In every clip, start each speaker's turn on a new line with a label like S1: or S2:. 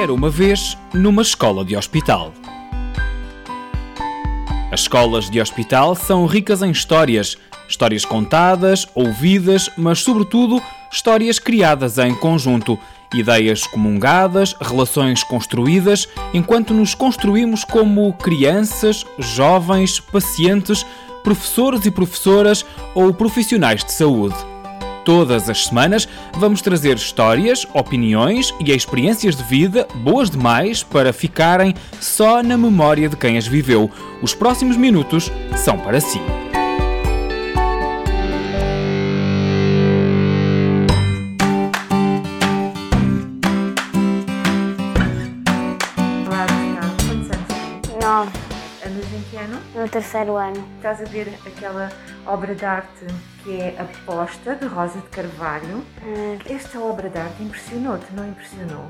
S1: Era uma vez numa escola de hospital. As escolas de hospital são ricas em histórias, histórias contadas, ouvidas, mas sobretudo histórias criadas em conjunto, ideias comungadas, relações construídas, enquanto nos construímos como crianças, jovens, pacientes, professores e professoras ou profissionais de saúde. Todas as semanas vamos trazer histórias, opiniões e experiências de vida boas demais para ficarem só na memória de quem as viveu. Os próximos minutos são para si.
S2: Olá, Daniel. Quantos anos tens?
S3: 9,
S2: Andas em que ano?
S3: no terceiro ano.
S2: Estás a ver aquela obra de arte que é Aposta, de Rosa de Carvalho.
S3: Eh,
S2: Esta obra de arte impressionou-te, não impressionou?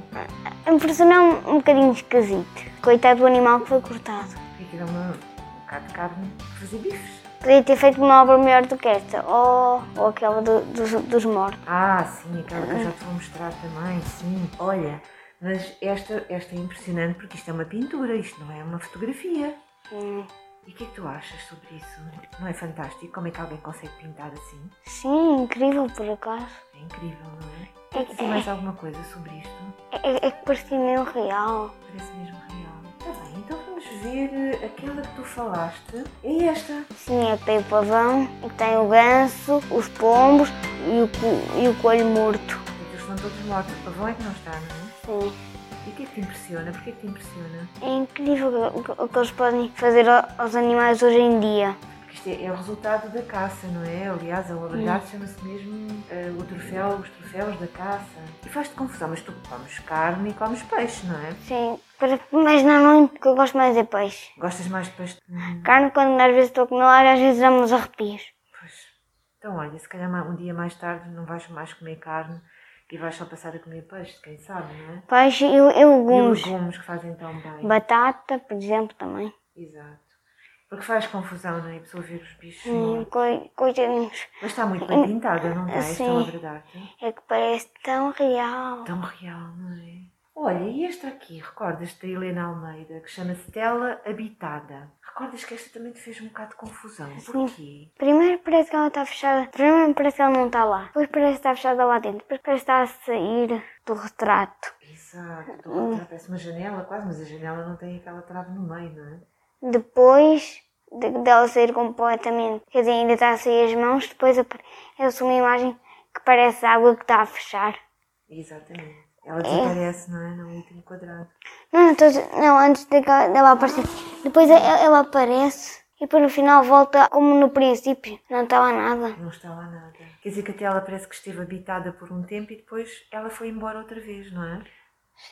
S3: Impressionou-me um bocadinho esquisito. Coitado do animal que foi cortado.
S2: Aquilo é uma, um bocado de carne para fazer bifes.
S3: Podia ter feito uma obra melhor do que esta, ou, ou aquela do- dos, dos mortos.
S2: Ah, sim, aquela que eu já te vou mostrar também, sim. Olha, mas esta, esta é impressionante porque isto é uma pintura, isto não é uma fotografia.
S3: Hum,
S2: E o que é que tu achas sobre isso? Não é fantástico? Como é que alguém consegue pintar assim?
S3: Sim, incrível por acaso.
S2: É incrível, não é? Quer dizer mais alguma coisa sobre isto?
S3: É, é- é que parecia meio real.
S2: Parece mesmo real. Está bem, então vamos ver eh, aquela que tu falaste. É esta.
S3: Sim, é que tem o pavão, e tem o ganso, os pombos e o, co- e o coelho morto.
S2: Eles estão todos mortos. O pavão é que não está, não é?
S3: Sim.
S2: E o que é que te impressiona? Porquê que te impressiona?
S3: É incrível o que, o que eles podem fazer ao- aos animais hoje em dia.
S2: Porque isto é, é o resultado da caça, não é? Aliás, a verdade chama-se mesmo eh, o troféu, os troféus da caça. E faz-te confusão, mas tu comes carne e comes peixe, não é?
S3: Sim, para- mas não, não, o que eu gosto mais é peixe.
S2: Gostas mais de peixe? Hum,
S3: Carne, quando às vezes estou a comer, às vezes dá-me uns arrepios.
S2: pois. Então, olha, se calhar ma- um dia mais tarde não vais mais comer carne e vais só passar a comer peixe, quem sabe, não é?
S3: Peixe e, e
S2: E os
S3: legumes.
S2: legumes que fazem tão bem.
S3: Batata, por exemplo, também.
S2: Exato. Porque faz confusão, não é? A pessoa ver os bichos.
S3: Hum,
S2: não é?
S3: coi- Coitadinhos.
S2: Mas está muito bem pintada, não está? Esta é uma
S3: Sim.
S2: verdade.
S3: É que parece tão real.
S2: Tão real, não é? Olha, e esta aqui, recordas-te da Helena Almeida, que chama-se Tela Habitada. Recordas que esta também te fez um bocado de confusão. Porquê?
S3: Primeiro parece que ela está fechada. Primeiro parece que ela não está lá. Depois parece que está fechada lá dentro. Depois parece que está a sair do retrato.
S2: Exato. estou a entrar, Parece uma janela quase, mas a janela não tem aquela trave no meio, não é?
S3: Depois de- dela sair completamente, quer dizer, ainda está a sair as mãos. Depois apare- eu uma imagem que parece água que está a fechar.
S2: Exatamente. Ela desaparece, não é? No último quadrado.
S3: Não, não, Hum, tô, não antes de que ela- dela aparecer. Depois ela, ela aparece e depois no final volta como no princípio. Não estava nada.
S2: Não está lá nada. Quer dizer que a tela parece que esteve habitada por um tempo e depois ela foi embora outra vez, não é?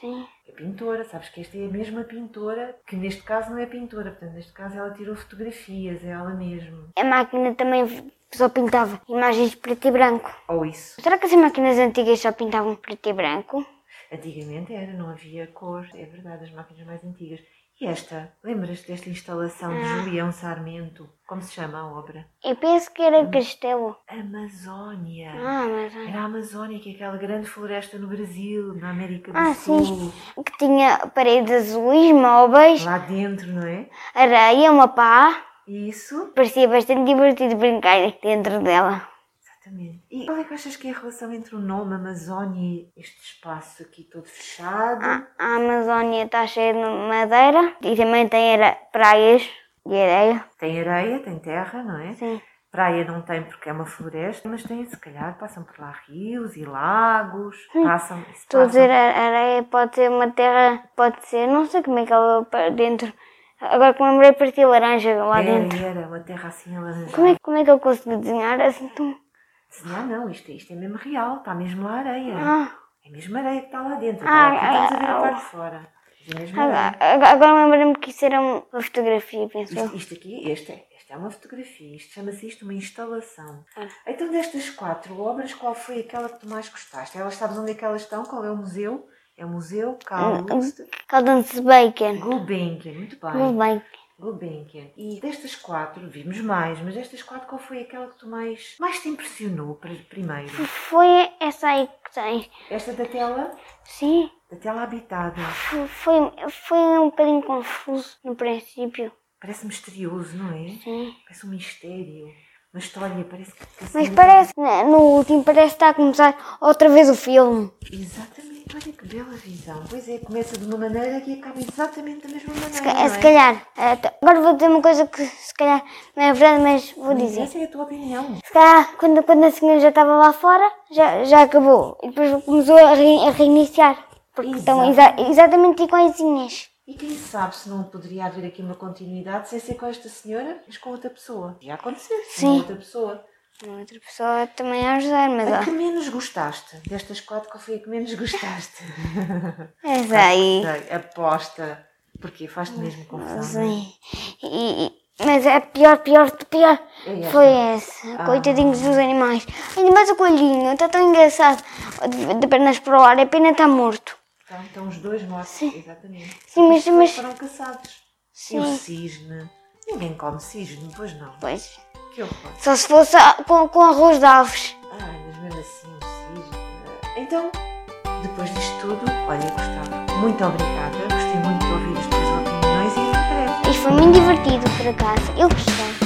S3: Sim.
S2: É pintora, sabes que esta é a mesma pintora, que neste caso não é pintora, portanto, neste caso ela tirou fotografias, é ela mesma.
S3: A máquina também v- só pintava imagens de preto e branco.
S2: Ou isso.
S3: Será que as máquinas antigas só pintavam preto e branco?
S2: Antigamente era, não havia cor, é verdade, as máquinas mais antigas. E esta, lembras-te desta instalação de
S3: Ah.
S2: Julião Sarmento? Como se chama a obra?
S3: Eu penso que era castelo.
S2: Amazónia.
S3: Ah, mas. ah.
S2: Era a Amazónia, que é aquela grande floresta no Brasil, na América do
S3: Ah,
S2: Sul.
S3: sim. Que tinha paredes azuis, móveis,
S2: Lá dentro, não é?
S3: areia, uma pá.
S2: Isso,
S3: Parecia bastante divertido brincar dentro dela.
S2: Exatamente. E qual é que achas que é a relação entre o nome Amazónia e este espaço aqui todo fechado?
S3: A, a Amazónia está cheia de madeira e também tem ara- praias de areia.
S2: Tem areia, tem terra, não é?
S3: Sim.
S2: Praia não tem porque é uma floresta, mas tem, se calhar, passam por lá rios e lagos, passam, isso
S3: Hum. Estou a dizer
S2: passam.
S3: a- areia, pode ser uma terra, pode ser, não sei como é que ela para dentro. Agora que me lembrei, parecia laranja
S2: É.
S3: lá dentro.
S2: Era, era, uma terra assim alaranjada.
S3: Como é, como é que eu consigo desenhar assim tão.
S2: Sim, ah, não, isto, é- isto é mesmo real, está mesmo lá areia.
S3: Ah,
S2: É mesmo areia que está lá dentro,
S3: Ah,
S2: agora aqui estamos a ver a
S3: ah,
S2: parte de fora. Mas é mesmo areia.
S3: agora, agora lembrei-me que isso era uma fotografia, penso eu.
S2: Isto, isto aqui, esta, esta é uma fotografia, isto chama-se isto uma instalação.
S3: Ah.
S2: Então, destas quatro obras, qual foi aquela que tu mais gostaste? Elas sabes onde é que elas estão? Qual é o
S3: Ah,
S2: museu? É o Museu Carl Gust-
S3: Caldan-se bacon.
S2: Gulbenkian, muito bem.
S3: Muito bem.
S2: Gulbenkian. E destas quatro, vimos mais, mas destas quatro, qual foi aquela que tu mais, mais te impressionou para primeiro?
S3: Foi essa aí que tens.
S2: Esta da tela?
S3: Sim,
S2: Da tela habitada.
S3: fo- foi, foi um bocadinho confuso no princípio.
S2: Parece misterioso, não é?
S3: Sim.
S2: Parece um mistério. Uma história, parece que... que
S3: Mas
S2: assim-
S3: parece, né, no último, parece que está a começar outra vez o filme.
S2: Exatamente, olha que bela visão. Pois é, começa de uma maneira e acaba exatamente da mesma maneira,
S3: Se, ca-
S2: não é?
S3: se calhar, até- agora vou dizer uma coisa que se calhar não é verdade, mas vou
S2: Mas
S3: dizer.
S2: Essa é a tua opinião.
S3: Se calhar, quando, quando a senhora já estava lá fora, já, já acabou. E depois começou a, re- a reiniciar. Porque estão exa- exatamente iguaizinhas.
S2: E quem sabe se não poderia haver aqui uma continuidade sem ser com esta senhora, mas com outra pessoa. Já aconteceu, com
S3: Sim.
S2: outra pessoa.
S3: Uma outra pessoa também a ajudar, mas
S2: A que
S3: ó.
S2: menos gostaste? Destas quatro, qual foi a que menos gostaste?
S3: Essa aí.
S2: Sei, aposta. Porque faz-te mesmo confusão. não é?
S3: Hum, Sim. E- e- mas a pior, pior, de pior
S2: É essa.
S3: foi essa. Ah. Coitadinhos dos animais. Ainda mais o coelhinho, está tão engraçado. De, de pernas para o ar, a pena está morto.
S2: Então, então os dois mortos, exatamente.
S3: Sim, mas-
S2: Depois
S3: mas-
S2: Foram caçados. E o
S3: Sim.
S2: cisne? Ninguém come cisne, pois não.
S3: Pois.
S2: Que horror.
S3: Só se fosse a- com, com arroz de alves.
S2: Ai, mas mesmo assim, o cisne. Então, depois disto tudo, olha, Gustavo, muito obrigada. Gostei muito de ouvir as tuas opiniões e até breve.
S3: Isto foi muito divertido, por acaso. Eu gostei.